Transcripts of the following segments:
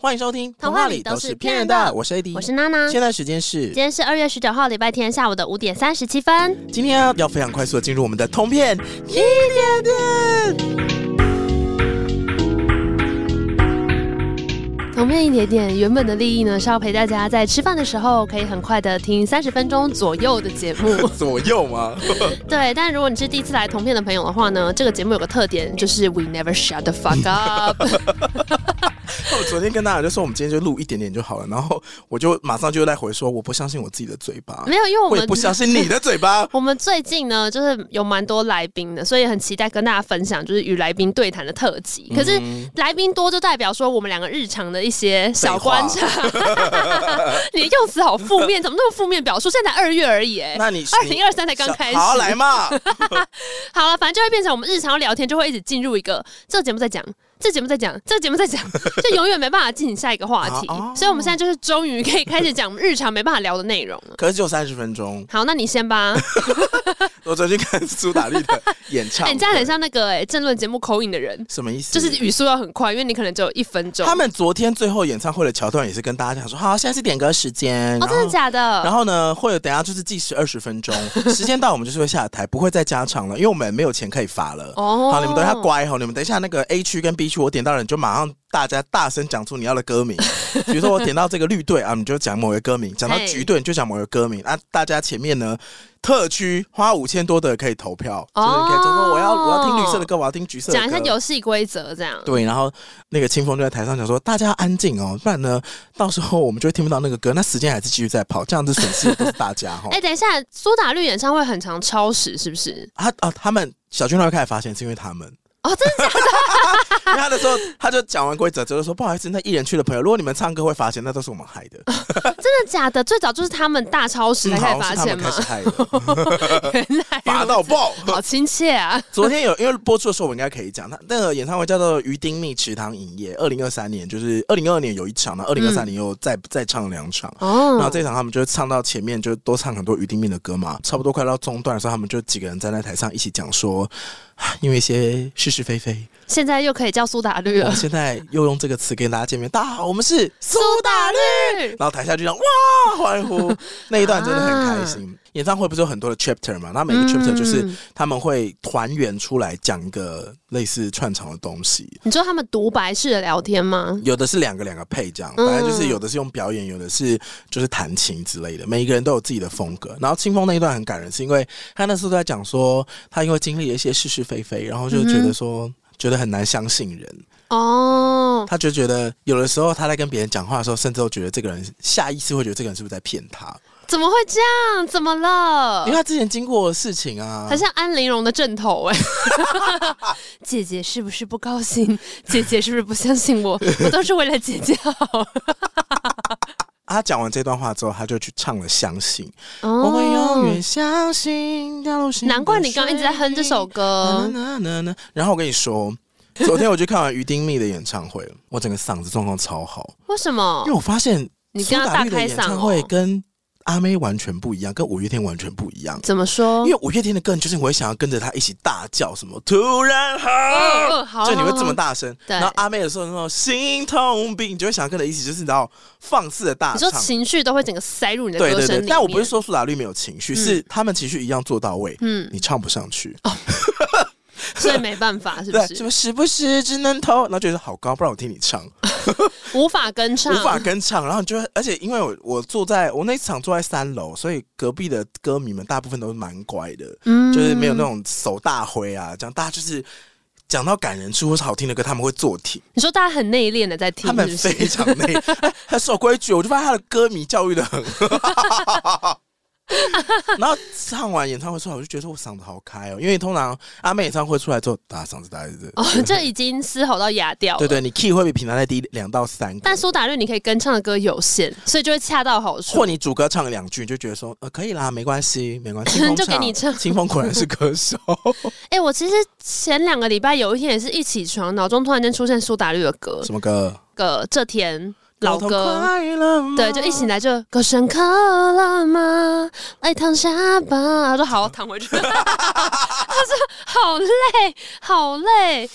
欢迎收听《童话里都是骗人的我是 AD，我是娜娜。现在时间是今天是二月十九号，礼拜天下午的五点三十七分。今天要要非常快速的进入我们的通片一点点。同片一点点原本的利益呢，是要陪大家在吃饭的时候可以很快的听三十分钟左右的节目。左右吗？ 对，但如果你是第一次来同片的朋友的话呢，这个节目有个特点就是 we never shut the fuck up。我 昨天跟大家就说，我们今天就录一点点就好了，然后我就马上就在回说，我不相信我自己的嘴巴，没有，因为我我们。也不相信你的嘴巴我们最近呢，就是有蛮多来宾的，所以很期待跟大家分享，就是与来宾对谈的特辑。可是来宾多就代表说我们两个日常的一些 小观察。 你的用词好负面，怎么那么负面表述？现在才二月而已、哎，那你 二零二三才刚开始。好来嘛，好了，反正就会变成我们日常聊天就会一直进入一个这个节目在讲。这个节目在讲，这个节目在讲， 就永远没办法进行下一个话题，啊哦所以我们现在就是终于可以开始讲我们日常没办法聊的内容了。可是只有三十分钟。好，那你先吧。我昨天看苏打绿的演唱 哎、会，你这样很像那个哎、政论节目口引的人，什么意思？就是语速要很快，因为你可能只有一分钟。他们昨天最后演唱会的桥段也是跟大家讲说，好，现在是点歌时间。哦，然后真的假的？ 然后呢，会有等一下就是计时二十 分钟，时间到我们就是会下台，不会再加长了，因为我们没有钱可以发了。哦好，你们等一下乖哦，你们等一下那个 A 区跟 B 区，我点到了你就马上大家大声讲出你要的 歌名，比如说我点到这个绿队啊，你就讲某个歌名；讲到嘿橘队你就讲某个歌 名。啊，大家前面呢，特区花五千多的可以投票，就是你可以就说我要我要听绿色的歌，我要听橘色的歌。讲一下游戏规则这样。对，然后那个清风就在台上讲说：“大家安静哦，不然呢，到时候我们就会听不到那个歌，那时间还是继续在跑，这样子损失的都是大家哦哈、 哎、等一下，苏打绿演唱会很常超时，是不是？他啊，他们小军会开始发现是因为他们，哦，真的假的？因为他的时候他就讲完规则之后就说：不好意思，那艺人区的朋友，如果你们唱歌会发现，那都是我们害 的，真的假的？最早哦就是他们大超时嗯才开始好像发是他现们开？吗始害的， 原来罚如到 爆。此好亲切啊！昨天有，因为播出的时候我应该可以讲，他那个演唱会叫做《于丁密池塘影业》，二零二三年就是二零二二年有一场，然后二零二三年又再、再唱两场，然后哦，这场他们就唱到前面，就都唱很多于丁面的歌嘛，差不多快到中段的时候，他们就几个人站在台上一起讲说，啊因为一些是是非非，现在又可以叫苏打绿我了们。现在又用这个词跟大家见面。大家好，我们是苏打绿。绿，然后台下就这样哇欢呼，那一段真的很开心。演唱会不是有很多的 chapter 嘛？那每个 chapter 就是嗯他们会团圆出来讲一个类似串场的东西，你说他们独白式的聊天吗？有的是两个两个配这样，嗯反正就是有的是用表演，有的是就是弹琴之类的，每一个人都有自己的风格。然后清风那一段很感人，是因为他那时候在讲说，他因为经历了一些是是非非，然后就嗯觉得说。觉得很难相信人，哦，他就觉得有的时候他在跟别人讲话的时候，甚至都觉得这个人下意识会觉得这个人是不是在骗他，怎么会这样？怎么了因为？他之前经过的事情啊很。像安陵容的正头哎、 姐姐是不是不高兴？姐姐是不是不相 信我？我都是为了姐姐好。他讲完这段话之后，他就去唱了《相信》，我 哦们永远相信掉入心。难怪你刚刚一直在哼这首歌。呐呐呐然后我跟你说，哦 昨天我去看完于丁密的演唱会，我整个嗓子状况超好，为什么因为？我发现哦你苏跟他打绿大的开演嗓唱会哦跟阿妹完全不一样，跟五月天完全不一样。怎么说？因为五月天的歌，你就是我会想要跟着他一起大叫什么，突然哦好，哦好就你会好这么好大声。对然后阿妹的时候，那种心痛病，你就会想要跟着一起，就是你知道放肆的大你唱说。情绪都会整个塞入你的对歌对声里对，面。但我不是说苏打绿没有情绪，是他们情绪一样做到位，嗯，你唱不上去。所以没办法，是 不对，是什？么时不时只能投，然后觉得好高，不然我听你唱。无法跟上，无法跟唱，然后你就会，而且因为我我坐在我那一场坐在三楼，所以隔壁的歌迷们大部分都是蛮乖的，嗯就是没有那。种手大挥啊，这样大家就是讲到感人处或是好听的歌，他们会坐停，你说大家很内敛的在听，他们是不是非常内，哎很守规矩。我就发现他的歌迷教育的很好。 然后唱完演唱会出来，我就觉得我嗓子好开哦，因为通常阿妹演唱会出来之后，大家嗓子大概是这， 哦，这已经嘶吼到哑掉了。对对，你 key 会比平常再低两到三个，但苏打绿你可以跟唱的歌有限，所以就会恰到好处或。你主歌唱两句，你就觉得说，呃，可以啦，没关系，没关系， 就给你清风唱清风果然是歌 手，哎、我其实前两个礼拜有一天也是一起床，脑中突然间出现苏打绿的歌，什么歌？个这天老沟通歌。快乐吗对，就一醒来就歌声渴了吗？来躺下吧。他说好，躺回去。 他说好累，好累，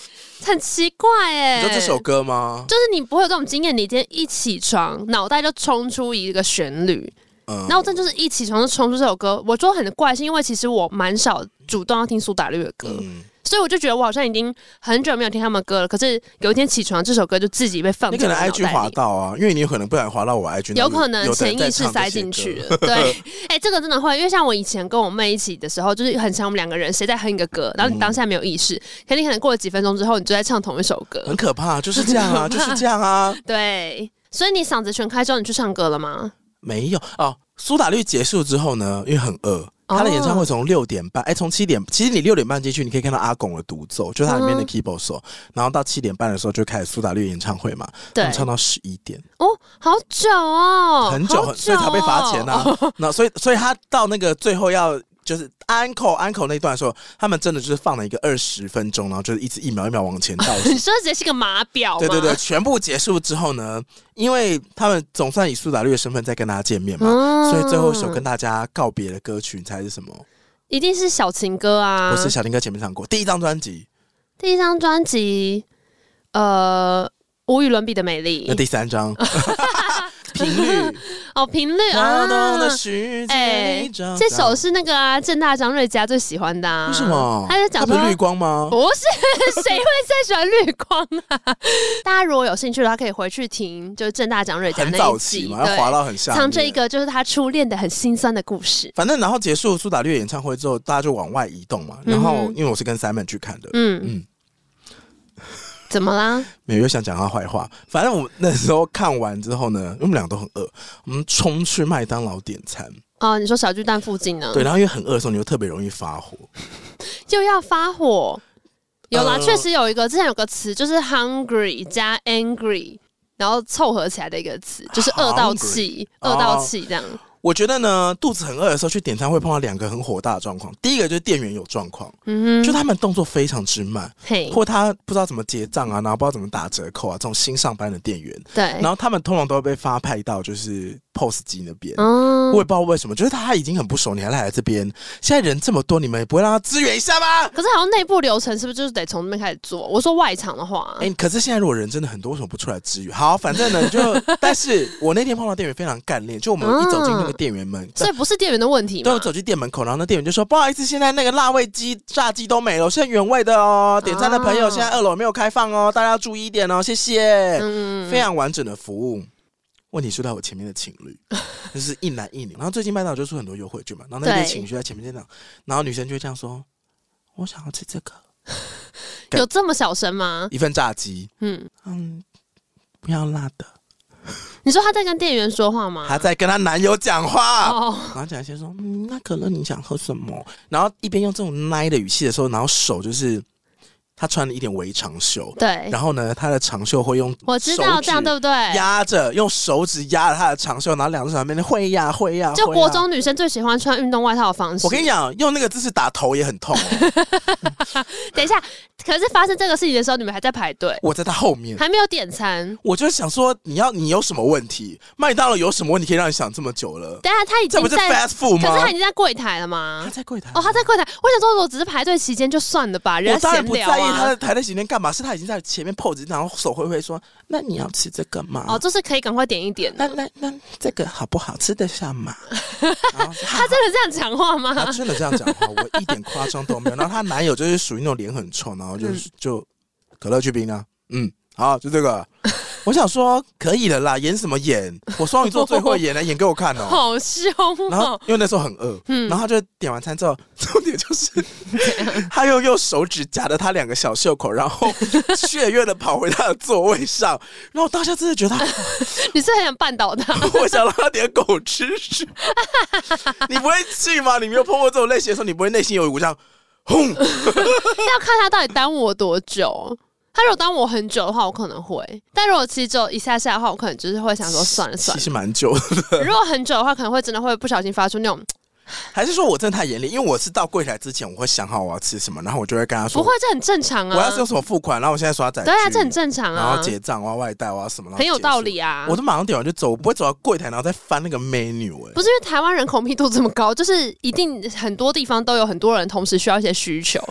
很奇怪哎、你知道这首歌吗？就是你不会有这种经验，你今天一起床，脑袋就冲出一个旋律，嗯然后真就是一起床就冲出这首歌。我说很怪，是因为其实我蛮少主动要听苏打绿的歌，嗯，所以我就觉得我好像已经很久没有听他们歌了。可是有一天起床，这首歌就自己被放你进可我能脑袋 IG 滑里。到啊，因为你有可能不然滑到我 IG，有可能有的潜人在意识唱这塞些进去歌。了，对，哎、这个真的会，因为像我以前跟我妹一起的时候，就是很常我们两个人谁在哼一个歌，然后你当下没有意识，可你可能过了几分钟之后，你就在唱同一首歌很，可怕，就是这样啊，就是这样啊，对，所以你嗓子全开之后，你去唱歌了吗？没有哦。苏打绿结束之后呢，因为很饿，他的演唱哦会从六点半，哎，从七点，其实你六点半进去，你可以看到阿拱的独奏，就是他里面的嗯 keyboard 手，然后到七点半的时候就开始苏打绿演唱会嘛，他对们，嗯唱到十一点，哦，好久哦，很久，好很，所以才被罚钱啊哦。 呐。 那所以，所以他到那个最后要就是安口安口那段的时候，他们真的就是放了一个二十分钟，然后就是一直一秒一秒往前倒数你。说直接是个码表吗？对对对，，全部结束之后呢，因为他们总算以苏打绿的身份再跟大家见面嘛，嗯所以最后一首跟大家告别的歌曲，你猜是什么？一定是小情歌啊，我是小林哥前面唱过第一张专辑，第一张专辑，呃，无与伦比的美丽那第三 张频率，哦，频率 啊跳，动的世界里找到，哎这首是那个啊，郑大张瑞佳最喜欢的、啊，为什么？他在讲它不说是绿光吗？不是， 谁会最喜欢绿光啊？ 大家如果有兴趣的话，可以回去听，就是正大奖瑞奖很那早一期集，嘛，要滑对，到很下面。唱这一个就是他初恋的很心酸的故事。反正然后结束苏打绿演唱会之后，大家就往外移动嘛。然后嗯哼因为我是跟 Simon 去看的，嗯嗯嗯，怎么啦？没有又想讲他坏话。反正我们那时候看完之后呢，因为 我们俩都很饿，我们冲去麦当劳点餐。哦，你说小巨蛋附近呢？对，然后因为很饿的时候，你就特别容易发火。又要发火。有啦，呃确实有一个，之前有个词就是 hungry 加 angry，然后凑合起来的一个词，就是饿到气，啊 Hungry 哦饿到气这样。我觉得呢，肚子很饿的时候去点餐会碰到两个很火大的状况。第一个就是店员有状况，嗯就哼，他们动作非常之慢，嘿，或他不知道怎么结账啊，然后不知道怎么打折扣啊，这种新上班的店员，对然，后他们通常都会被发派到就是 POS 机那边。嗯我也不知道为什么，就是他已经很不熟，你还来这边。现在人这么多，你们也不会让他支援一下吗？可是好像内部流程是不是就是得从那边开始做？我说外场的话，哎、可是现在如果人真的很多，为什么不出来支援？好，反正 呢，就但是我那天碰到店员非常干练，就我们一走进那个店员门，嗯所以不是店员的问题对嘛我？走进店门口，然后那店员就说：“不好意思，现在那个辣味鸡、炸鸡都没了，现在原味的哦。点餐的朋友哦现在二楼没有开放哦，大家要注意一点哦，谢谢。嗯非常完整的服务。问题出在我前面的情 侣，就是一男一女。然后最近麦当劳就出很多优惠券嘛，然后那对对情侣就在前面这样，然后女生就会这样说：“我想要吃这个 感有这么小声吗？一份炸鸡，嗯，嗯，不要辣的。你说他在跟店员说话”吗？她在跟她男友讲话，哦，然后讲一些说：“嗯，那可乐你想喝什么？”然后一边用这种奶的语气的时候，然后手就是她穿了一点围长袖，对，然后呢，她的长袖会用哎我知道手指这样对不对？压着，用手指压着她的长袖，然后两只手在那边挥呀挥呀，就挥呀国中女生最喜欢穿运动外套的方式。我跟你讲，用那个姿势打头也很 痛、哦。等一下，可是发生这个事情的时候，你们还在排队，我在他后面，还没有点餐。我就想说，你要你有什么问题？麦当劳有什么问题可以让你想这么久了？等一下他已这不经是在， fast food 可是吗他已？经在柜台了他吗？在柜台哦，他在柜台。我想说，我只是排队期间就算了吧，人我家当然闲不聊在意他啊的。台的时间干嘛，是他已经在前面 pose，然后手挥挥说：“那你要吃这个吗？”哦，就是可以赶快点一点那的。那那这个好不好吃得下 吗？然后说他真的这样讲话他吗？真的这样讲话，我一点夸张都没有。然后她男友嗯就是属于那种脸很臭，然后就是、就可乐去冰啊，嗯，好，就这个。我想说可以了啦，演什么演？我双鱼座最会演了，演给我看哦。好凶 然后哦！因为那时候很饿，嗯然后他就点完餐之后， 重点就是 他又用手指夹着他两个小袖口，然 后雀跃的跑回他的座位上。然后我当下真的觉得 他，你是很想绊倒他？我想让他点狗吃 屎。你不会气吗？你没有碰过这种类型的时候，你不会内心有一股这样轰？哦要看他到底耽误我多久。他如果耽误我很久的话，我可能会；但如果其实只有一下下的话，我可能就是会想说算了算其实蛮久的， 了。如果很久的话，可能会真的会不小心发出那种还是说我真的太严厉？因为我是到柜台之前，我会想好我要吃什么，然后我就会跟他说不会，这很正常啊。我要是用什么付款，然后我现在刷载具，对啊，这很正常然啊后，结账，我要外带，我要什么，然后很有结束道、理啊。我都马上点完就走，我不会走到柜台然后再翻那个 menu 哎、不是因为台湾人口密度这么高，就是一定很多地方都有很多人同时需要一些 需求，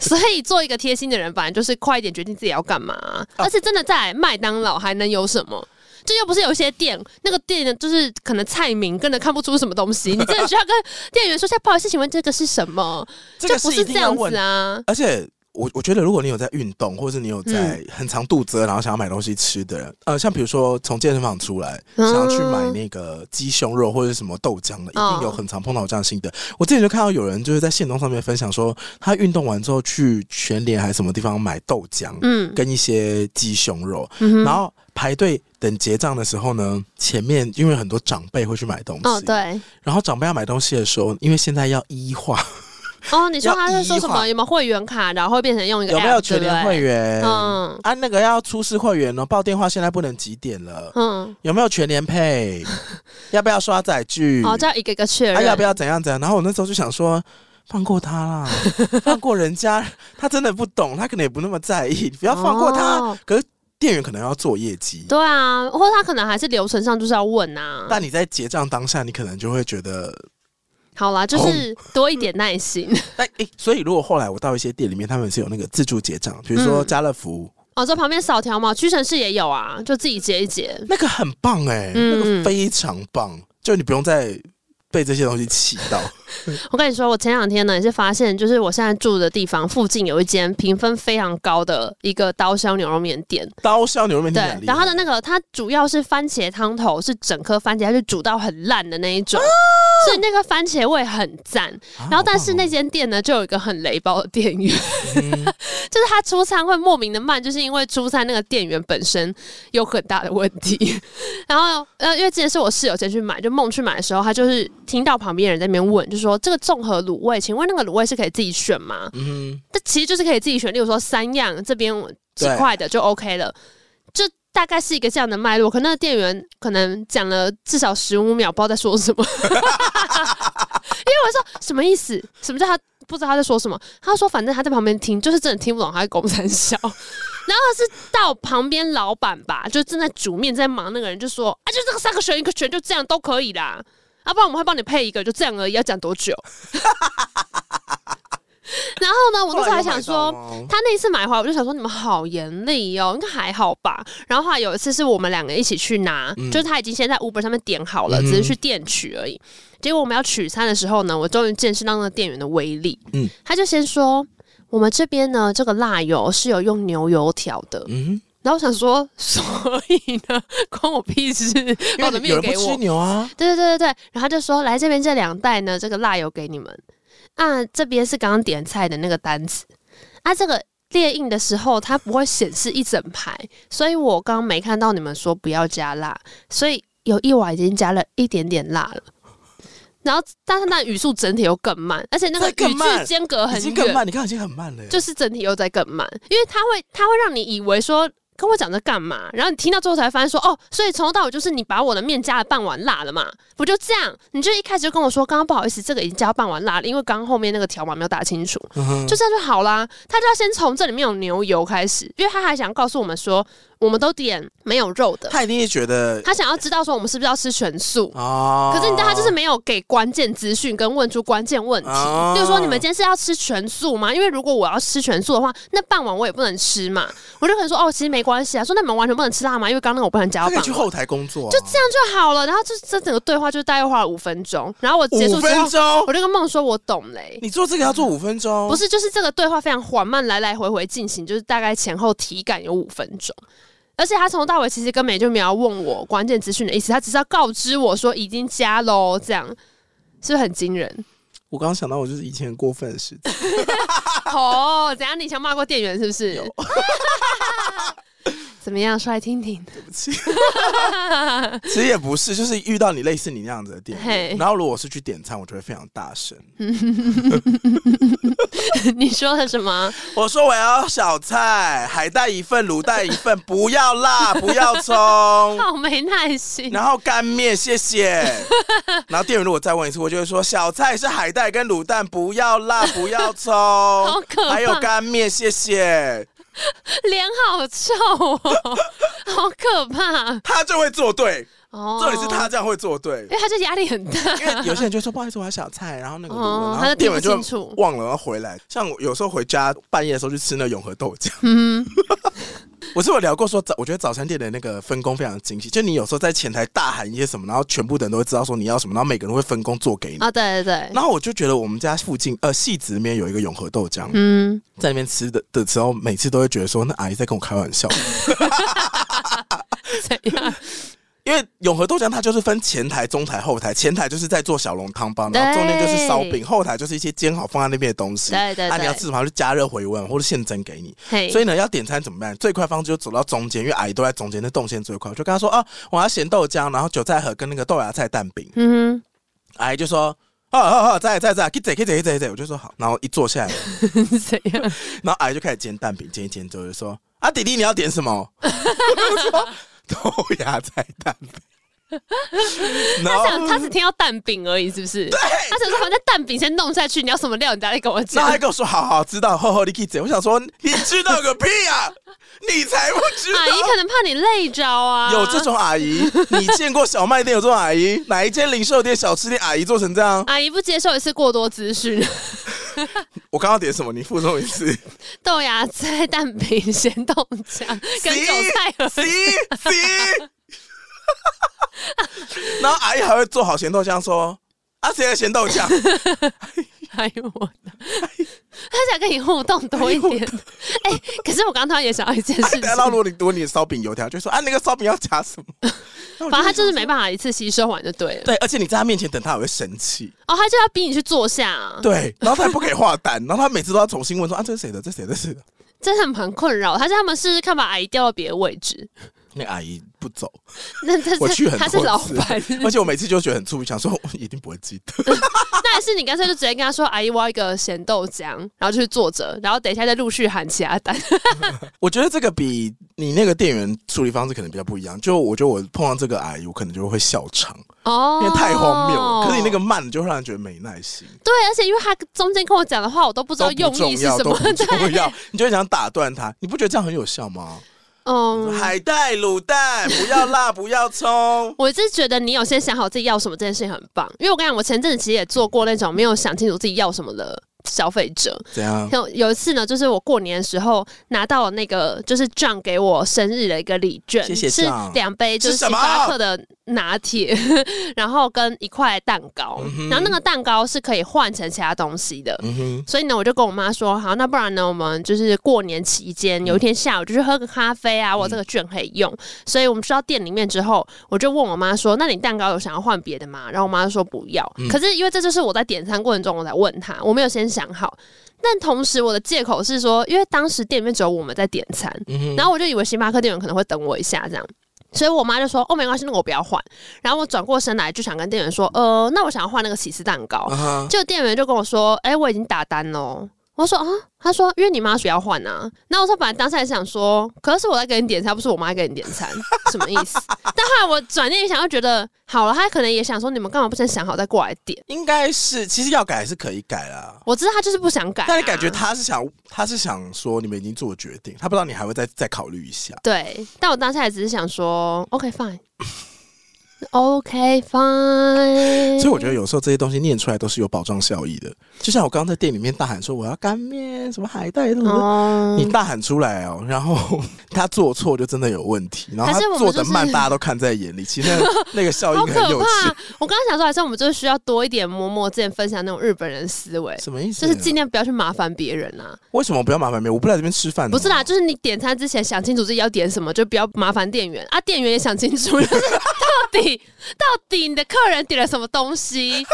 所以做一个贴心的人，反正就是快一点决定自己要干嘛、啊而且真的在麦当劳还能有什么？这又不是有一些店，那个店就是可能菜名根本看不出什么东西，你真的需要跟店员说一下，不好意思，请问这个是什么？这个就不是一这定要样问子的，啊。而且。我我觉得，如果你有在运动，或是你有在嗯很长肚子饿，然后想要买东西吃的人，呃，像比如说从健身房出来，嗯想要去买那个鸡胸肉或者什么豆浆的，一哦定有很常碰到这样心得。我之前就看到有人就是在线动上面分享说，他运动完之后去全联还是什么地方买豆浆，嗯，跟一些鸡胸肉，嗯哼然后排队等结账的时候呢，前面因为很多长辈会去买东西，哦，对，然后长辈要买东西的时候，因为现在要一化，哦，你说他要是一说什化么？有没有会员卡？然后会变成用一个 app, 有没有全年会员？员？嗯啊，那个要出示会员哦，报电话现在不能几点了？嗯，有没有全年 配？要不要刷载具？哦，这样一个一个确认。啊，要不要怎样怎样？然后我那时候就想说。放过他 啦，放过人家，他真的不懂，他可能也不那么在意，不要放过他。哦可是店员可能要做业绩，对啊，或者他可能还是流程上就是要问啊。但你在结账当下，你可能就会觉得，好啦，就是多一点耐心。 但诶、哎所以如果后来我到一些店里面，他们是有那个自助结账，比如说嗯家乐福，哦，这旁边扫条码，屈臣氏也有啊，就自己结一结。那个很棒诶，嗯那个非常棒，就你不用再被这些东西气 到。我跟你说，我前两天呢也是发现，就是我现在住的地方附近有一间评分非常高的一个刀削牛肉面店。刀削牛肉面对店哎很，厉害然后它的那个它主要是番茄汤头，是整颗番茄，它是煮到很烂的那一种。所以那个番茄味很赞，啊然后但是那好间店呢，就有一个很雷包的店员，嗯 就是他出餐会莫名的慢，就是因为出餐那个店员本身有很大的问题。 然后呃，因为之前是我室友先去买，就梦去买的时候，他就是听到旁边人在那边问，就说这个综合卤味，请问那个卤味是可以自己选吗？棒哦嗯，这其实就是可以自己选，例如说三样，这边我几对块的就 OK 了。就大概是一个这样的脉络，可那个店员可能讲了至少十五秒，不知道在说什么。 因为我说什么意思？什么叫他不知道他在说什么？他说反正他在旁边听，就是真的听不懂他在公三笑。 然后是到旁边老板吧，就正在煮面在忙那个人就说啊，就这个三个选一个选，就这样都可以啦。要、不然我们会帮你配一个，就这样而已，要讲多久？ 然后呢，我那时候还想后说，来有买到吗他那一次买回来，我就想说你们好严厉哦，应该还好吧。然后后来有一次是我们两个一起去拿，嗯就是他已经先在 Uber 上面点好了，嗯只是去店取而已。结果我们要取餐的时候呢，我终于见识到那个店员的威力。嗯他就先说我们这边呢，这个辣油是有用牛油调的。 嗯，然后我想说，所以呢，关我屁事，因把我的为有人面不给我吃。牛啊，对对对对对，然后他就说来这边这两袋呢，这个辣油给你们。啊，这边是刚刚点菜的那个单子。啊，这个列印的时候它不会显示一整排，所以我刚刚没看到你们说不要加辣，所以有一碗已经加了一点点辣了。然后，但是那语速整体又更慢，而且那个再更语慢句间隔已很经远更，慢，你看已经很慢了耶，就是整体又在更慢，因为它会它会让你以为说跟我讲这干嘛，然后你听到最后才发现说哦，所以从头到尾就是你把我的面加了半碗辣了嘛，不就这样？你就一开始就跟我说刚刚不好意思，这个已经加半碗辣了，因为刚刚后面那个条码没有打清楚，嗯哼就这样就好啦。他就要先从这里面有牛油开始，因为他还想告诉我们说我们都点没有肉的，他一定是觉得他想要知道说我们是不是要吃全素。啊，可是你知道他就是没有给关键资讯跟问出关键问题，啊就是说你们今天是要吃全素吗？因为如果我要吃全素的话，那半碗我也不能吃嘛。我就可能说哦，其实没关系啊。说那你们完全不能吃辣吗？因为刚刚那个我不能加他可到以半碗，去就后台工作啊，这样就好了。然后就这整个对话就大概花了五分钟。然后我结束五之后分，钟，我就跟梦说我懂嘞、你做这个要做五分钟，不是，就是这个对话非常缓慢，来来回回进行，就是大概前后体感有五分钟。而且他从头到尾其实根本也就没有要问我关键资讯的意思，他只是要告知我说已经加喽，这样是不是很惊人？ 我刚刚想到，我就是以前过分的事情，哦，怎样？你想骂过店员是不是？ 怎么样？说来听听。对不起。其实也不是，就是遇到你类似你那样子的店嘿员，然后如果我是去点餐，我就会非常大声， 你说的什么？我说我要小菜，海带一份，卤蛋一份，不要 辣，不要葱。好没耐心。然后干面，谢谢。然后店员如果再问一次，我就会说小菜是海带跟卤蛋，不要 辣，不要葱，好可怕还有干面，谢谢。脸好臭哦， 好可怕他就会做对，哦！重点是他，这样会做对因。为他就压力很 大，因为有些人就会说不好意思，我要小菜，然后那个卤了哦然他后就店听员不就清楚忘了然后回来。像我有时候回家半夜的时候去吃那永和豆浆，嗯， 我是有聊过说早，我觉得早餐店的那个分工非常精细，就你有时候在前台大喊一些什么，然后全部的人都会知道说你要什么，然后每个人会分工做给你。啊，对对对，然后我就觉得我们家附近呃戏子里面有一个永和豆浆，嗯，在那边吃的的时候，每次都会觉得说那阿姨在跟我开玩笑，怎 样？因为永和豆浆它就是分前台、中台、后台，前台就是在做小笼汤包，然后对中间就是烧饼，后台就是一些煎好放在那边的东西。对对啊，你要吃对，什么它就加热回温或者现蒸给你。嘿所以呢，要点餐怎么办？最快方式就走到中间，因为阿姨都在中间，那动线最快。我就跟她说啊，我要咸豆浆，然后韭菜盒跟那个豆芽菜蛋饼。嗯阿姨就说。啊啊啊！在在在，给给给给给！我就说好，然后一坐下来，哼， 怎样？然后阿姨就开始煎蛋饼，煎一煎之后就说：“啊，弟弟，你要点什么？” 我就说：“豆芽菜蛋饼。”然他后哎想，他只听到蛋饼而已，是不是？对，他想说，好像蛋饼先弄下去，你要什么料，你再来跟我然后讲还。跟我说：“好好知道，厚厚的 k i 我想说：“你知道个屁啊！你才不知道。阿姨可能怕你累着啊，有这种阿姨，你见过小卖店有这种阿姨？哪一间零售店、小吃店阿姨做成这样？阿姨不接受一次过多 资讯，我刚刚点什么？你附送一次。豆芽菜蛋饼、咸豆浆 跟韭菜而，C 已。 C。然后阿姨还会做好咸豆浆，说：“啊，谁来咸豆浆？” 哎呦我的，他想跟你互动多一点。 哎、可是我刚刚突然也想到一件哎事情等，下，那如果你如果你的烧饼油条，就说啊，那个烧饼要加什么？然后我反正他就是想没办法一次吸收完就对了。对，而且你在他面前等他还会生气，哦，他就要逼你去坐下、啊，对，然后他也不可以画单，然后他每次都要重新问说啊，这是谁的？这是谁的？这是谁的？真的蛮困扰。他叫他们试试看把阿姨调到别的位置，那个阿姨不走， 那这我去是很他多是老次 板，而且我每次就觉得很触目，想说我一定不会记得。那还是你干脆就直接跟他说：“阿姨，我要一个咸豆浆。”然后就去坐着，然后等一下再陆续喊其他单。我觉得这个比你那个店员处理方式可能比较不一样。就我觉得我碰到这个阿姨，我可能就会笑场，哦因，为太荒谬了。可是你那个慢，就会让人觉得没耐心。对，而且因为他中间跟我讲的话，我都不知道都用不意重是要，什都么。不重对，要，你就会想打断他。你不觉得这样很有效吗？ 嗯，海带、卤蛋，不要辣，不要葱。我是觉得你有先想好自己要什么这件事情很棒，因为我跟你讲，我前阵子其实也做过那种没有想清楚自己要什么的消费者。怎 样？有有一次呢，就是我过年的时候拿到了那个就是 John 给我生日的一个礼券，谢谢是 John 两杯就是是星什么巴克的拿铁， 然后跟一块蛋糕，然后那个蛋糕是可以换成其他东西的。嗯哼，所以呢，我就跟我妈说，好，那不然呢，我们就是过年期间有一天下午就去喝个咖啡啊，我这个券可以用。所以我们去到店里面之后，我就问我妈说，那你蛋糕有想要换别的吗？然后我妈就说不要。可是因为这就是我在点餐过程中我才问她，我没有先想好。但同时我的借口是说，因为当时店里面只有我们在点餐，嗯哼，然后我就以为星巴克店员可能会等我一下这样。所以我妈就说：“哦，没关系，那个我不要换。”然后我转过身来就想跟店员说：“呃，那我想要换那个起司蛋糕。”啊哈，就店员就跟我说：“哎、我已经打单喽。”我说：“啊。”他说：“因为你妈说要换啊。”然后我说：“本来当下也想说，可是我在给你点餐，不是我妈在给你点餐，什么意思？” 但后来我转念一想，又觉得好了，他可能也想说，你们干嘛不先想好再过来点？应该是，其实要改还是可以改啦。我知道他就是不想改、啊，但你感觉他是想，他是想说你们已经做决定，他不知道你还会再再考虑一下。对，但我当下也只是想说，OK fine。 OK fine。所以我觉得有时候这些东西念出来都是有保障效益的。就像我刚刚在店里面大喊说我要干面、什么海带什么的，哦你大喊出来哦，然后 他做错就真的有问题，然后还是我他做们的就是慢，大家都看在眼里，其实那 个那个效应好很可怕有趣，！我刚刚想说，还是我们就是需要多一点嬷嬷之前分享那种日本人思维，什么意思？就是尽量不要去麻烦别人啊。为什么不要麻烦别人？我不来这边吃饭的，不是啦，就是你点餐之前想清楚自己要点什么，就不要麻烦店员啊。店员也想清楚， 就是到底到底你的客人点了什么东西，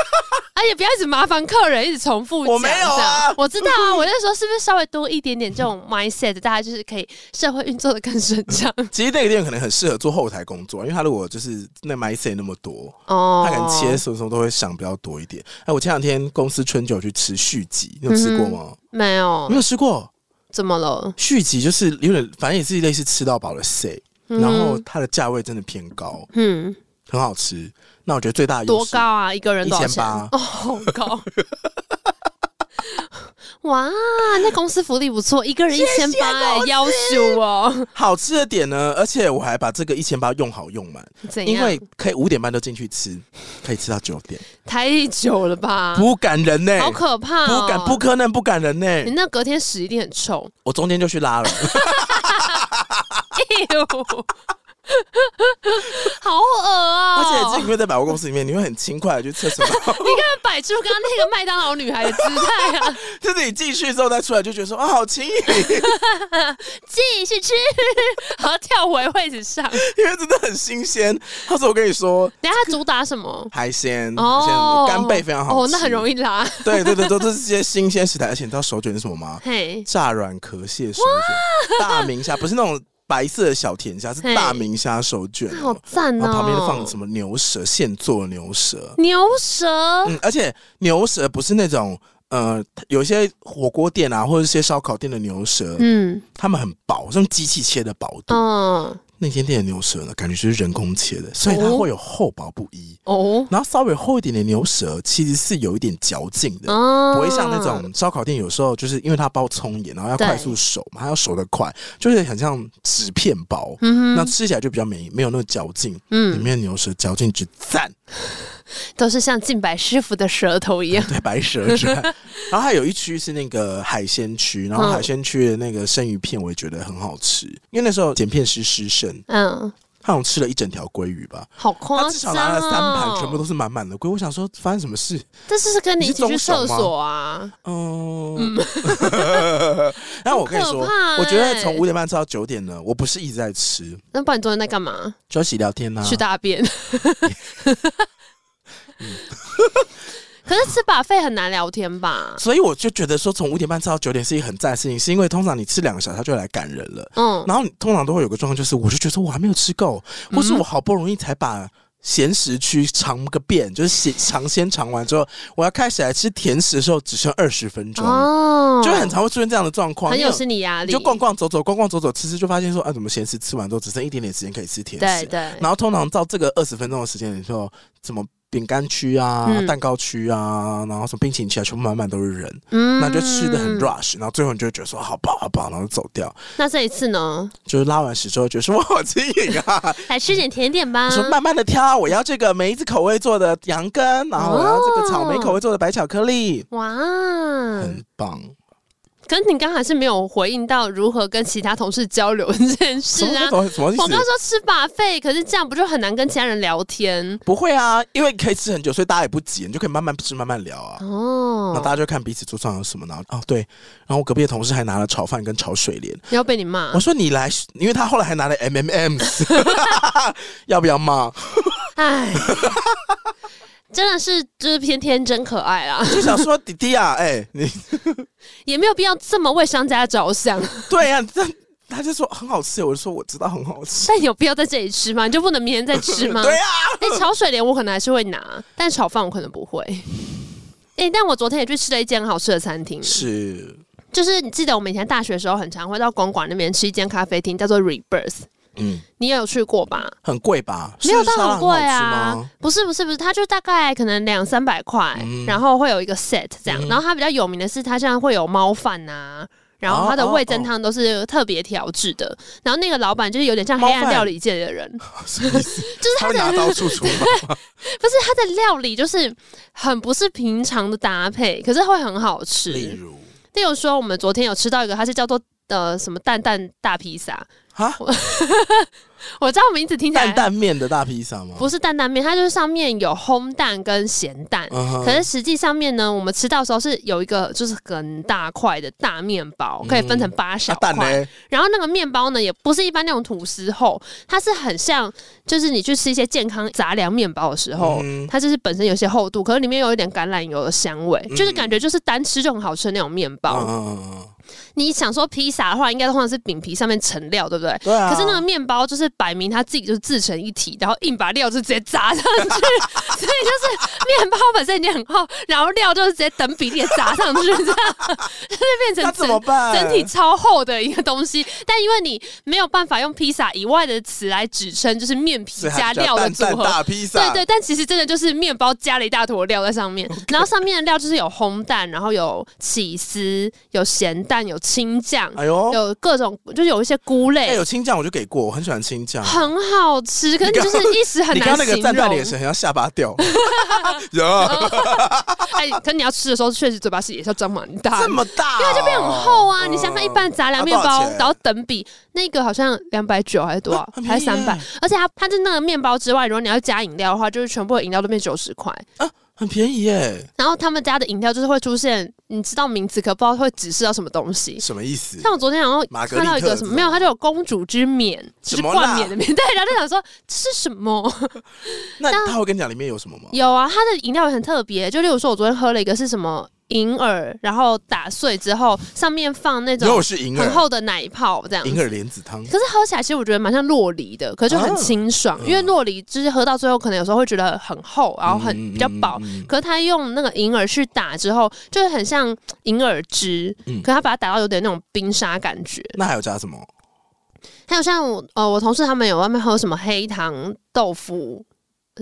而且不要一直麻烦客人，一直重复讲。我没有啊这样我知道啊，我那时候是不是稍微多一点点这种 mindset，大家就是可以社会运作的更顺畅其实那个店员可能很适合做后台工作，因为他如果就是那 my say 那么多，哦。 他可能切什么什么都会想比较多一点。哎，我前两天公司春酒去吃续集，你有吃过吗？哦没有没？有吃过，怎么了？续集就是有点，反正也是类似吃到饱的 say，嗯然后它的价位真的偏高，嗯，很好吃。那我觉得最大的优多势高啊？一个人多少钱？ 1800哦，好高。 哇，那公司福利不错，一个人一千八，哎要求哦。 好吃的点呢，而且我还把这个一千八用好用满，怎因样？为可以五点半就进去 吃，可以吃到九点，太久了吧？不感人呢、好可怕、哦！不感不可能不感人呢、你那隔天屎一定 很臭。我中间就去拉 了，哎呦， 好恶啊、而且这因为在百货公司里面，你会很轻快的去厕 所，然后你看摆出刚刚那个麦当劳女孩的姿 态啊！就是你进去之后再出来，就觉得说啊好轻盈， 继续 吃，然后跳回位置上。因为真的很新鲜。他说我跟你说。等一下它主打什么？海鲜，哦海鲜，干贝非常好吃，哦，那很容易。易拉。对对对，都是这些新鲜食材，而且你知道手卷是什么吗？嘿，炸软壳蟹手卷，大明虾不是那种白色的小甜虾，是嘿大明虾手卷那好哦、赞然哦！后旁边放什么牛舌，现做牛舌，牛舌？嗯，而且牛舌不是那种呃，有一些火锅店啊，或者一些烧烤店的牛舌，嗯他们很薄，是用机器切的薄度。嗯那间店的牛舌呢，感觉就是人工切的，所以它哦会有厚薄不一。哦然后稍微厚一点的牛舌，其实是有一点嚼劲的，嗯，不会像那种烧烤店有时候就是因为它包葱盐，然后要对快速熟嘛，它要熟得快，就是很像纸片薄，嗯那哼吃起来就比较没没有那种嚼劲。里嗯，面的牛舌嚼劲之赞，都是像静白师傅的舌头一样。对白舌之外然后还有一区是那个海鲜区，然后嗯海鲜区的那个生鱼片我也觉得很好吃，因为那时候剪片师师胜， 嗯，他好像吃了一整条鲑鱼吧。好夸张、他哦！至少拿了三盘，全部都是满满的龟。我想说，发生什么事？但是是跟你一起你去是厕棕熊吗所啊，嗯， 然后我跟你说很可怕欸，我觉得从五点半吃到九点呢，我不是一直在吃，那不然你昨天在干嘛？休息聊天啊呐、去大 便。嗯 可是吃把费很难聊天吧？所以我就觉得说，从五点半吃到九点是一个很赞的事情，是因为通常你吃两个小时它就来赶人了，嗯，然后你通常都会有个状况，就是我就觉得我还没有吃够，或是我好不容易才把。咸食区尝个遍，就是咸尝鲜尝完之后，我要开始来吃甜食的时候，只剩二十分钟，哦就很常会出现这样的状况。很因有为心理压你力。就逛逛走走，逛逛走走，吃吃，就发现说，啊，怎么咸食吃完之后只剩一点点时间可以吃甜对食？啊对，然后通常到这个二十分钟的时间，你说什么饼干区啊、嗯蛋糕区啊，然后什么冰淇淋区啊，全部满满都是人，嗯那就吃的很。rush，然后最后你就会觉得说好饱好饱，然后走掉，那这一次呢？就是拉完屎之后觉得说我好轻盈啊，来吃点甜点吧。说慢慢的挑，我要这个梅子口味做的羊羹，然后我要这个草莓口味做的白巧克力，哇！嗯很棒。可是你刚还是没有回应到如何跟其他同事交流这件什事么啊。什么什么意我刚思？说吃把费，可是这样不就很难跟其他人聊天？不会啊，因为可以吃很久，所以大家也不急，你就可以慢慢吃慢慢聊啊。哦那，大家就看彼此桌上有什么，然后哦对，然后我隔壁的同事还拿了炒饭跟炒水莲，要被你骂我。说你来，因为他后来还拿了 M M M，要 不要骂？唉，真的是就是偏天真可爱啦，就想说弟弟啊，哎、你也没有必要这么为商家着想。 对呀、啊，但他就说很好吃，我就说我知道很好吃，但有必要在这里吃吗？你就不能明天再吃 吗？对啊，哎、炒水莲我可能还是会拿，但炒饭我可能不会。哎、但我昨天也去吃了一间很好吃的餐厅，是，就是你记得我们以前大学的时候，很常会到公馆那边吃一间咖啡厅，叫做 Rebirth，嗯，你也有去过吧？很贵吧？没有是不是到沙拉很贵好吃啊吗， 不是不是不是，它就大概可能两三百块，嗯然后会有一个 set 这样，嗯然后它比较有名的是它现在会有猫饭啊。然后它的味噌汤都是特别调制哦的。然后那个老板就是有点像黑暗料理界的人， 什么意思？就是他会拿刀处厨房吗，不是它的料理就是很不是平常的搭配，可是会很好吃。例如例如说，我们昨天有吃到一个，它是叫做呃什么蛋蛋大披萨，啊， 我知道名字听起来担担面的大披萨吗？不是蛋蛋面，它就是上面有烘蛋跟咸蛋。嗯哼，可是实际上面呢，我们吃到的时候是有一个就是很大块的大面包，可以分成八小啊块。蛋呢？然后那个面包呢，也不是一般那种吐司厚，它是很像，就是你去吃一些健康杂粮面包的时候，嗯它就是本身有些厚度，可是里面有一点橄榄油的香味，嗯就是感觉就是单吃就很好吃的那种面包。嗯嗯嗯嗯，你想说披萨的话，应该通常是饼皮上面盛料，对不对？对啊。可是那个面包就是摆明它自己就是自成一体，然后硬把料就直接砸上去，所以就是面包本身已经很厚，然后料就是直接等比例地砸上去，这样 就是变那成怎么整办？整体超厚的一个东西。但因为你没有办法用披萨以外的词来指称，就是面皮是它加叫料的蛋组啊蛋合，大披萨，对对，但其实真的就是面包加了一大坨料在上面然后上面的料就是有烘蛋，然后有起司，有咸蛋，有青酱，哎呦，有各种，就是有一些菇类，哎有青酱我就给过，我很喜欢青酱。很好吃，可是你刚就是一时很你难刚刚那个形赞叹脸容。神，很像下巴 掉， 有啊哎，可你要吃的时候，确实嘴巴是也是要张蛮大的这，么大哦，因为它就变很厚啊。嗯你想想，一般的杂粮那面多少包钱，然后等比那个好像两百九还是多少啊很，便还宜是三百耶，而且它它在那个面包之外，如果你要加饮料的话，就是全部的饮料都变九十块。啊很便宜耶，然后他们家的饮料就是会出现，你知道名字，可不知道会指示到什么东西。什么意思？像我昨天好玛像格丽特看到一个什这么，种没有，它就有公主之冕，就什是么冠啦冕的冕，对，然后就想说这是什么？那他会跟你讲里面有什么吗？有啊，它的饮料也很特别，就例如说我昨天喝了一个是什么银耳，然后打碎之后上面放那又种是银很耳，厚的奶泡这样银子。耳莲子汤可是喝起来其实我觉得蛮像洛梨的，可是就很啊清爽，嗯因为洛梨就是喝到最后可能有时候会觉得很厚，然后很嗯比较饱，嗯嗯可是他用那个银耳去打之后，就是很像银耳汁，嗯可他把它打到有点那种冰沙感觉。那还有加什么？还有像我呃，我同事他们有外面喝什么黑糖豆腐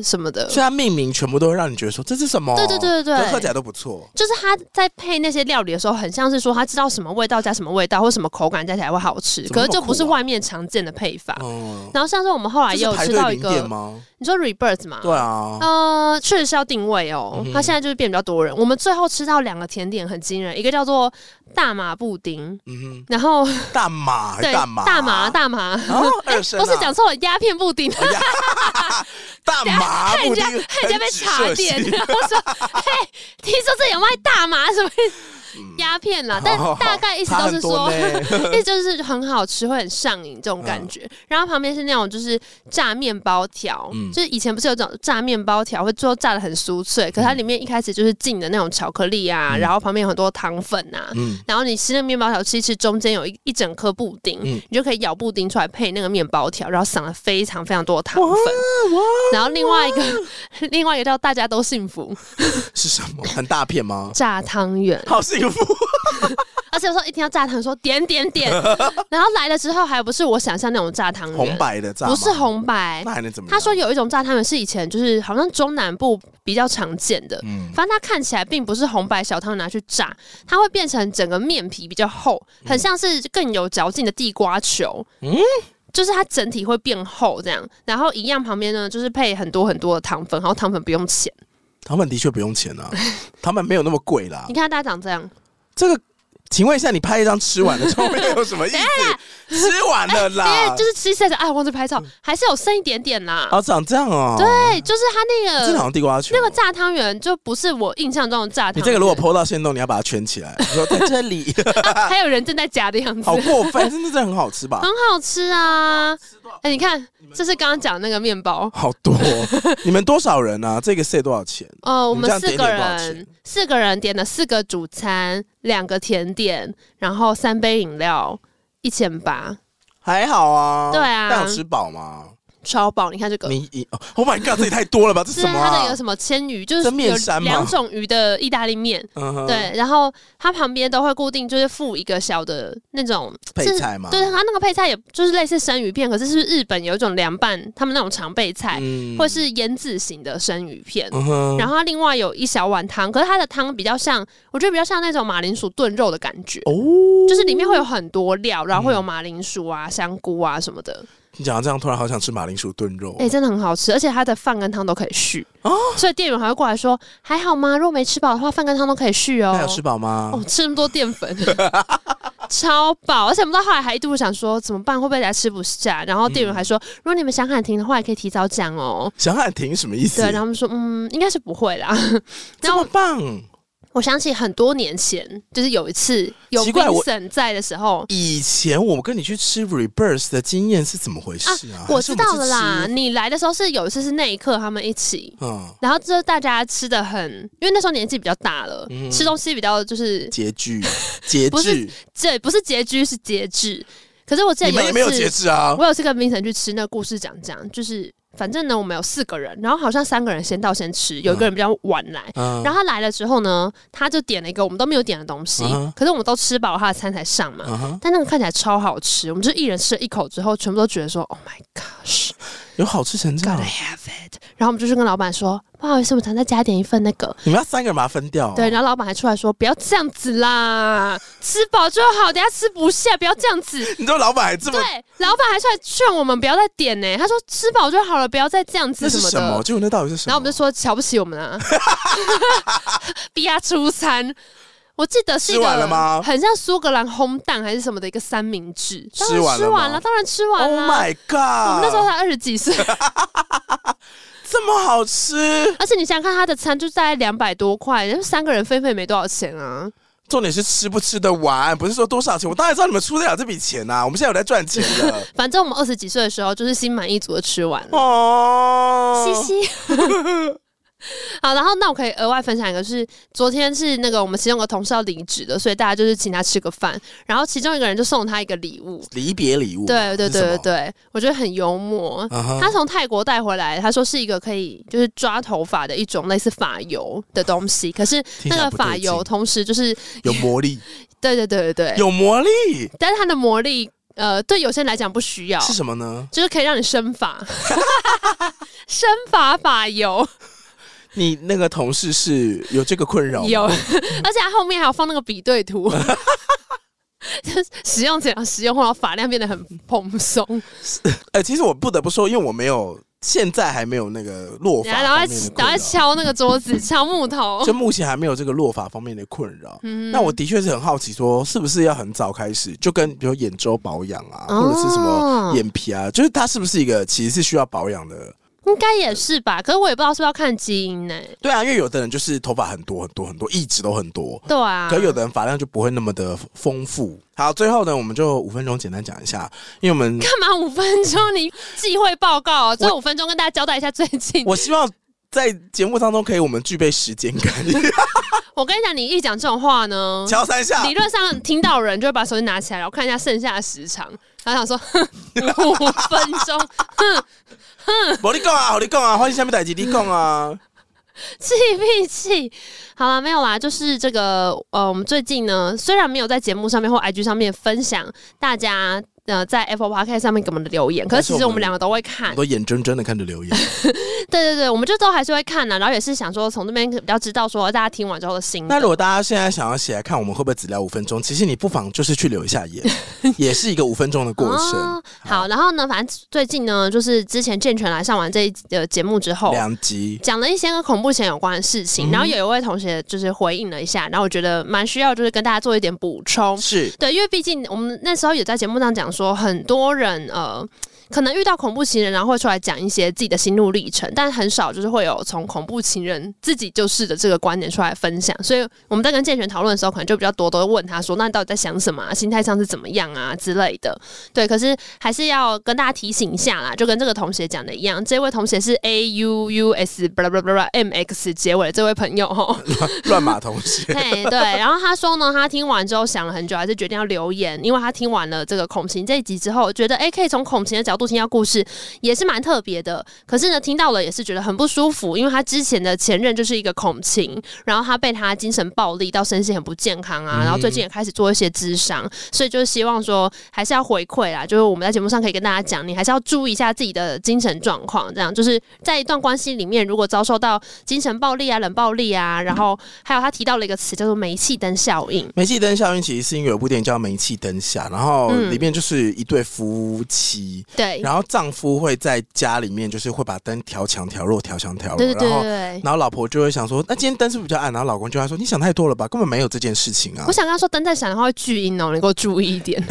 什么的，所以它命名全部都会让你觉得说这是什么？呃对对对对对就喝起来都不错。就是他在配那些料理的时候，很像是说他知道什么味道加什么味道，或什么口感加起来会好吃，怎么那么可是就不是酷啊外面常见的配法。嗯，然后像是我们后来这也是有排吃队到一零点个，吗？你说 Rebirth 吗？对啊，呃，确实是要定位哦嗯。哼它现在就是变比较多人。我们最后吃到两个甜点很惊人，一个叫做大麻布丁，嗯然后哼，大麻还对是大啊麻哦大麻大麻，哦 二声啊不哎是讲错了，鸦片布丁。大麻害布丁人家，害人家被查很指涉点，性然后说：“嘿，听说这有卖大麻什么鸦片啦？”啊但哦大概意思差都很是多说， 呢 意思就是很好吃，会很上瘾这种感觉。然后旁边是那种就是炸面包条，嗯就是以前不是有种炸面包条，会最后炸的很酥脆，嗯可它里面一开始就是浸的那种巧克力啊，然后旁边有很多糖粉啊，嗯，然后你吃那个面包条吃一吃，中间有一一整颗布丁，嗯你就可以咬布丁出来配那个面包条，然后撒了非常非常多的糖粉。然后另外一个 另外一个叫大家都幸福是什么？很大片吗？炸汤圆，好幸福，而且我说一听到炸汤说点点 点，然后来了之后还不是我想象那种炸汤红圆，白的炸吗不是，红白那。还能怎么样？他说有一种炸汤圆是以前就是好像中南部比较常见的，嗯，反正它看起来并不是红白小汤拿去炸，它会变成整个面皮比较厚，很像是更有嚼劲的地瓜球。嗯就是它整体会变厚这样，然后一样旁边呢就是配很多很多的糖粉，然后糖粉不用钱。他们的确不用钱啊，他们没有那么贵啦你。看它长这样，这个，请问一下，你拍一张吃完的照片有什 么意思？吃完了哎、啦，就是吃下来哎忘记拍嗯照，还是有剩一点点啦。哦，长这样哦，对，就是它那真的好个像地瓜球。哦那个炸汤圆就不是我印象中的炸汤圆。你这个如果剖到线洞，你要把它圈 起来。你说在这里，还有人正在夹的样子， 好过分，真的真的很好吃吧很？好吃啊！哎、你看，这是刚刚讲的那个面包。好多，哦你们多少人啊？这个 set 多少钱？哦，我你们这样四点个点多少人，四个人点了四个主餐，两个甜点，然后三杯饮料，一千八。还好啊，对啊但有吃饱吗？超饱。你看这个，你一哦 Oh my God，这也太多了吧？这 对什么它的有啊？什么千鱼，就是蒸面有山嘛两种鱼的意大利面。嗯哼，对，然后它旁边都会固定就是附一个小的那种配是菜嘛，对，它那个配菜也就是类似生鱼片，可是是日本有一种凉拌，他们那种常备菜，嗯或是腌制型的生鱼片。嗯哼，然后它另外有一小碗汤，可是它的汤比较像，我觉得比较像那种马铃薯炖肉的感觉，哦，嗯就是里面会有很多料，然后会有马铃薯啊、香菇啊什么的。你讲到这样，突然好想吃马铃薯炖肉哎、。真的很好吃，而且它的饭跟汤都可以续哦所以店员还会过来说：“还好吗？如果没吃饱的话，饭跟汤都可以续哦。那”有吃饱吗？哦，吃那么多淀粉， 超饱！而且我们到后来还一度想说怎么办，会不会来吃不下？然后店员还嗯说，如果你们想喊停的话，也可以提早讲哦。想喊停什么意思？对，然后他们说，嗯，应该是不会啦。 这然么后棒！我想起很多年前，就是有一次有奇怪我 Vincent 在的时候以前我跟你去吃 Reverse 的经验是怎么回事啊？我还是我们知道是了啦。吃。你来的时候是有一次是那一刻他们一起，嗯，然后就是大家吃的很，因为那时候年纪比较大了，嗯吃东西比较就是拮 据，拮不是据，这不是拮据是节制。可是我记得你们也没有有一次节。制啊？我有次跟冰城去吃那个故事讲讲，就是反正呢，我们有四个人，然后好像三个人先到先吃，有一个人比较晚来。嗯然后他来了之后呢，他就点了一个我们都没有点的东西嗯哼可是我们都吃饱了他的餐才上嘛。嗯哼，但那个看起来超好吃，我们就一人吃了一口之后，全部都觉得说 “Oh my gosh, 有好吃成这 gotta 样， have it”。然后我们就去跟老板说：“不好意思，我想再加点一份那个。你们要三个人把它分掉哦。对，然后老板还出来说：“不要这样子啦，吃饱就好，等一下吃不下，不要这样子。”你知道老板还这么对，老板还出来劝我们不要再点呢、他说吃饱就好了，不要再这样子那什是么什的。么？结果那到底是什么？然后我们就说瞧不起我们啊， 逼他出餐。我记得是一吃完了个吗很像苏格兰烘蛋还是什么的一个三明治，当然吃完了吃完吗了，当然吃完 Oh 了。 my 啊我们 God！那时候才二十几岁， 这么好吃，而且你想想看，他的餐就大概两百多块，然后三个人分费没多少钱啊。重点是吃不吃得完，不是说多少钱。我当然知道你们出得了这笔钱呐、我们现在有在赚钱 的反正我们二十几岁的时候，就是心满意足的吃完了。哦。嘻嘻。 好，然后那我可以额外分享一个是，昨天是那个我们其中有个同事要离职的，所以大家就是请他吃个饭，然后其中一个人就送他一个礼物，离别礼物，对对哦是什对对么，对，我觉得很幽默。嗯哼他从泰国带回来，他说是一个可以就是抓头发的一种类似发油的东西，可是听起那来个不对发油劲同时就是有魔力，对对对对对，哦有魔力但是它的魔力呃对有些人来讲不需要，是什么呢？就是可以让你生发， 生发发油。你那个同事是有这个困扰吗？有， 而且它后面还有放那个比对图， 就是使用怎样使用后，然后发量变得很蓬松，呃，其实我不得不说，因为我没有，现在还没有那个落法然后然后方面在的然后困在扰，敲那个桌子，敲木头就。目前还没有这个落法方面的困扰。嗯那我的确是很好奇，说是不是要很早开始，就跟比如眼周保养啊，哦或者是什么眼皮啊，就是它是不是一个其实是需要保养的？ 应该也是吧，可是我也不知道是不是要看基因呢、对啊，因为有的人就是头发很多很多很多，一直都很多。对啊，可有的人发量就不会那么的丰富。好，最后呢，我们就五分钟简单讲一下，因为我们干嘛五分钟？你忌讳报告、哦，这我五分钟跟大家交代一下最近。我我希望在节目当中可以我们具备时间感，跟你讲，你一讲这种话呢， 敲三下理。论上听到人就会把手机拿起来，然后看一下剩下的时长，然后想说 哼五分钟，哼，我你讲啊，我你讲啊，欢迎下面代机你讲啊。气屁气！ 好了，没有啦，就是这个呃，我们最近呢，虽然没有在节目上面或 IG 上面分享大家呃在 Apple Podcast 上面给我们的留言，可是其实我们两个都会看我，都眼睁睁的看着留言，对对对，我们就都还是会看啊呢、然后也是想说从这边比较知道说哦大家听完之后的心得。那如果大家现在想要写来看我们会不会只聊五分钟，其实你不妨就是去留一下 言，也是一个五分钟的过程哦。好，然后呢，反正最近呢，就是之前健全来上完这一集的节目之后，两集，讲了一些跟恐怖前有关的事嗯情，然后有一位同学就是回应了一下，然后我觉得蛮需要就是跟大家做一点补充，是对，因为毕竟我们那时候也在节目上讲说，很多人呃。可能遇到恐怖情人，然后会出来讲一些自己的心路历程，但很少就是会有从恐怖情人自己就是的这个观点出来分享。所以我们在跟健全讨论的时候，可能就比较多都会问他说：“那你到底在想什么、啊？心态上是怎么样啊之类的？”对，可是还是要跟大家提醒一下啦，就跟这个同学讲的一样，这位同学是 A U U S blah blah blah blah M X 结尾的这位朋友 吼。乱码同 学，嘿，对，然后他说呢，他听完之后想了很久，还是决定要留言，因为他听完了这个孔晴这一集之后，觉得哎，诶可以从孔晴的角度听到故事，也是蛮特别的。可是呢，听到了也是觉得很不舒服，因为他之前的前任就是一个恐情，然后他被他精神暴力到身心很不健康啊，然后最近也开始做一些智商，所以就是希望说还是要回馈啦，就是我们在节目上可以跟大家讲，你还是要注意一下自己的精神状况，这样就是在一段关系里面，如果遭受到精神暴力啊、冷暴力啊，然后还有他提到了一个词叫做煤气灯效应，煤气灯效应其实是因为有部电影叫《煤气灯下》，然后嗯里面就是一对夫妻，对，然后丈夫会在家里面就是会把灯调强调弱，调强调弱，对对然对对后对。然后老婆就会想说，那今天灯是不是比较暗？然后老公就会说，你想太多了吧，根本没有这件事情啊我。想跟他说灯在闪，他会巨阴哦，你给我注意一点。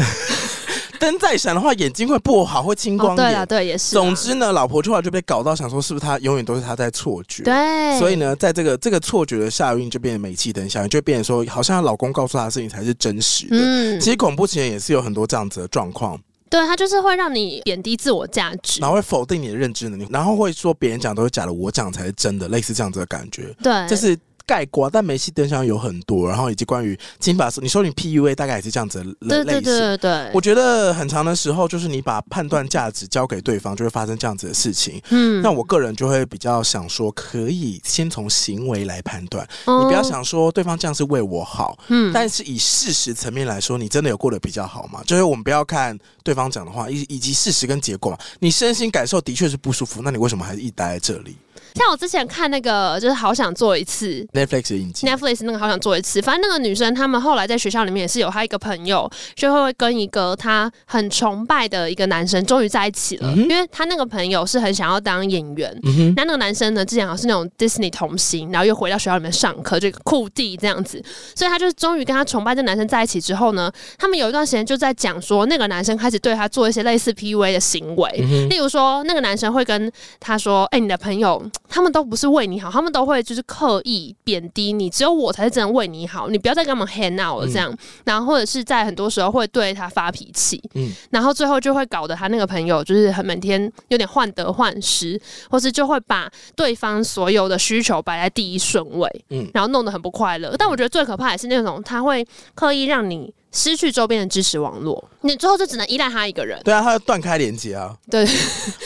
灯再闪的话，眼睛会不好，会青光哦，对眼。了，对，也是啊。总之呢，老婆后来就被搞到想说，是不是她永远都是她在错觉？对，所以呢，在这个这个错觉的效应就变成煤气灯效应，就变成说，好像她老公告诉她的事情才是真实的。嗯，其实恐怖情人也是有很多这样子的状况，对，他就是会让你贬低自我价值然。后会否定你的认知能力，然后会说别人讲都是假的，我讲才是真的，类似这样子的感觉，对，这是概括。但煤气灯效应有很多，然后以及关于金发说，你说你 PUA 大概也是这样子的类对类对型。对对对，我觉得很长的时候，就是你把判断价值交给对方，就会发生这样子的事情。嗯那我个人就会比较想说，可以先从行为来判断，你你不要，想说对方这样是为我好，哦嗯但是以事实层面来说，你真的有过得比较好吗？就是我们不要看对方讲的话，以以及事实跟结果嘛。你身心感受的确是不舒服，那你为什么还一直待在这里像我之前看那个，就是好想做一次， ？Netflix 的影集， Netflix 那个好想做一次，反正那个女生她们后来在学校里面也是有她一个朋友，就会跟一个她很崇拜的一个男生终于在一起了，嗯哼因为她那个朋友是很想要当演员。嗯哼，那那个男生呢，之前好像是那种 Disney 童星，然后又回到学校里面上课，就一个酷弟这样子，所以她就是终于跟她崇拜这男生在一起之后呢，他们有一段时间就在讲说，那个男生开始对她做一些类似 PUA 的行为，嗯哼，例如说，那个男生会跟他说：“哎、你的朋友他们都不是为你好，他们都会就是刻意贬低你，只有我才是真的为你好，你不要再跟他们 hang out 了。”这样，然后或者是在很多时候会对他发脾气，嗯然后最后就会搞得他那个朋友就是很每天有点患得患失，或是就会把对方所有的需求摆在第一顺位，嗯然后弄得很不快乐。但我觉得最可怕的是那种他会刻意让你失去周边的支持网络，你最后就只能依赖他一个人。对啊，他要断开连接啊，对。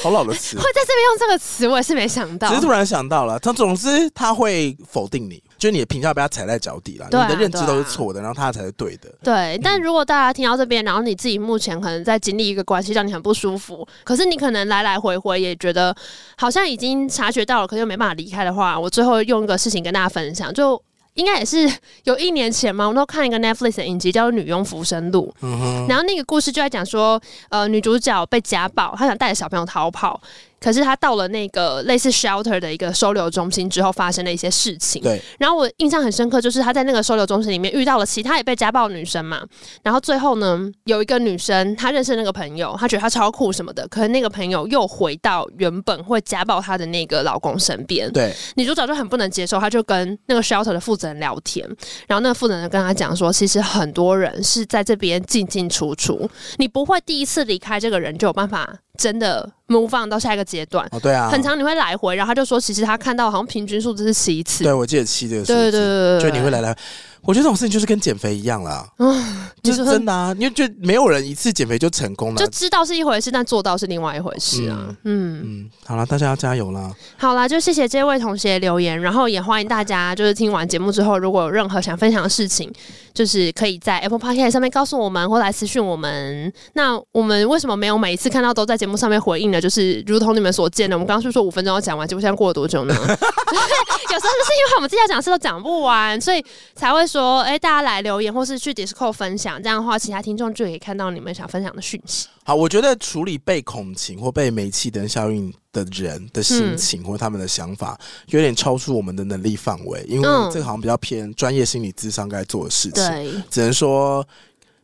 好老的词 会。在这边用这个词，我也是没想到只。是突然想到了，他总之他会否定你，就是你的评价被他踩在脚底了，对啊你的认知都是对啊错的，然后他才是对的。对，但如果大家听到这边，然后你自己目前可能在经历一个关系，让你很不舒服，可是你可能来来回回也觉得好像已经察觉到了，可是又没办法离开的话，我最后用一个事情跟大家分享，就应该也是有一年前嘛，我都看一个 Netflix 的影集叫《女佣浮生录》，嗯哼，然后那个故事就在讲说，呃，女主角被家暴，她想带着小朋友逃跑，可是她到了那个类似 shelter 的一个收留中心之后，发生了一些事情。对，然后我印象很深刻，就是她在那个收留中心里面遇到了其他也被家暴的女生嘛。然后最后呢，有一个女生她认识那个朋友，她觉得她超酷什么的，可是那个朋友又回到原本会家暴她的那个老公身边。对，女主角就很不能接受，她就跟那个 shelter 的负责人聊天，然后那个负责人跟她讲说，其实很多人是在这边进进出出，你不会第一次离开这个人就有办法真的 move on 到下一个阶段，哦，对啊，很长你会来回，然后她就说，其实她看到好像平均数字是七次，对我记得七这个数字，对对对就对，你会来来。我觉得这种事情就是跟减肥一样啦， 就是你说真的啊，因为就没有人一次减肥就成功了就。知道是一回事，但做到是另外一回事啊，嗯嗯，好了，大家要加油啦！好啦，就谢谢这位同学留言，然后也欢迎大家就是听完节目之后，如果有任何想分享的事情，就是可以在 Apple Podcast 上面告诉我们，或来私讯我们。那我们为什么没有每一次看到都在节目上面回应呢？就是如同你们所见的，我们刚刚是说五分钟要讲完，结果现在过了多 久呢？就是有时候就是因为我们自己要讲的事都讲不完，所以才会说，哎、大家来留言或是去 Discord 分享，这样的话，其他听众就可以看到你们想分享的讯息。好，我觉得处理被恐情或被煤气灯效应的人的心嗯情或他们的想法，有点超出我们的能力范围，因为嗯这个好像比较偏专业心理智商该做的事情。，只能说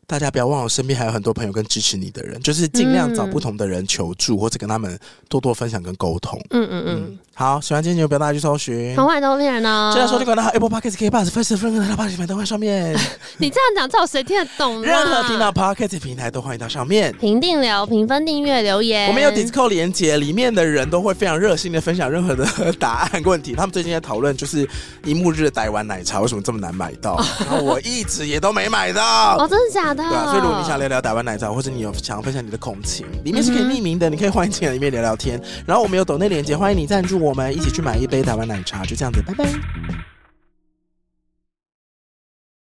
大家不要忘了，身边还有很多朋友跟支持你的人，就是尽量找嗯不同的人求助，或者跟他们多多分享跟沟通。嗯嗯嗯嗯，，好，喜欢今天节目，不要大家去搜寻。很欢迎都恋人哦呢。现在收听管道 Apple Podcast、K Bus、分时分跟 Apple 平台都会上面，你这样讲，这有谁听得懂啦？啊任何听到 Podcast 平台都欢迎到上面。评定流、评分、订阅、留言，我们有 Discord 连接，里面的人都会非常热心的分享任何的答案问题。他们最近在讨论就是一幕日的台湾奶茶为什么这么难买到，然后我一直也都没买到 哦，。真的假的对啊，所以如果你想聊聊台湾奶茶，或者你有想要分享你的空情，里面是可以匿名的，你可以欢迎进来里面聊聊天。然后我们有抖内连接，欢迎你赞助我们，一起去买一杯台湾奶茶，就这样子，拜拜。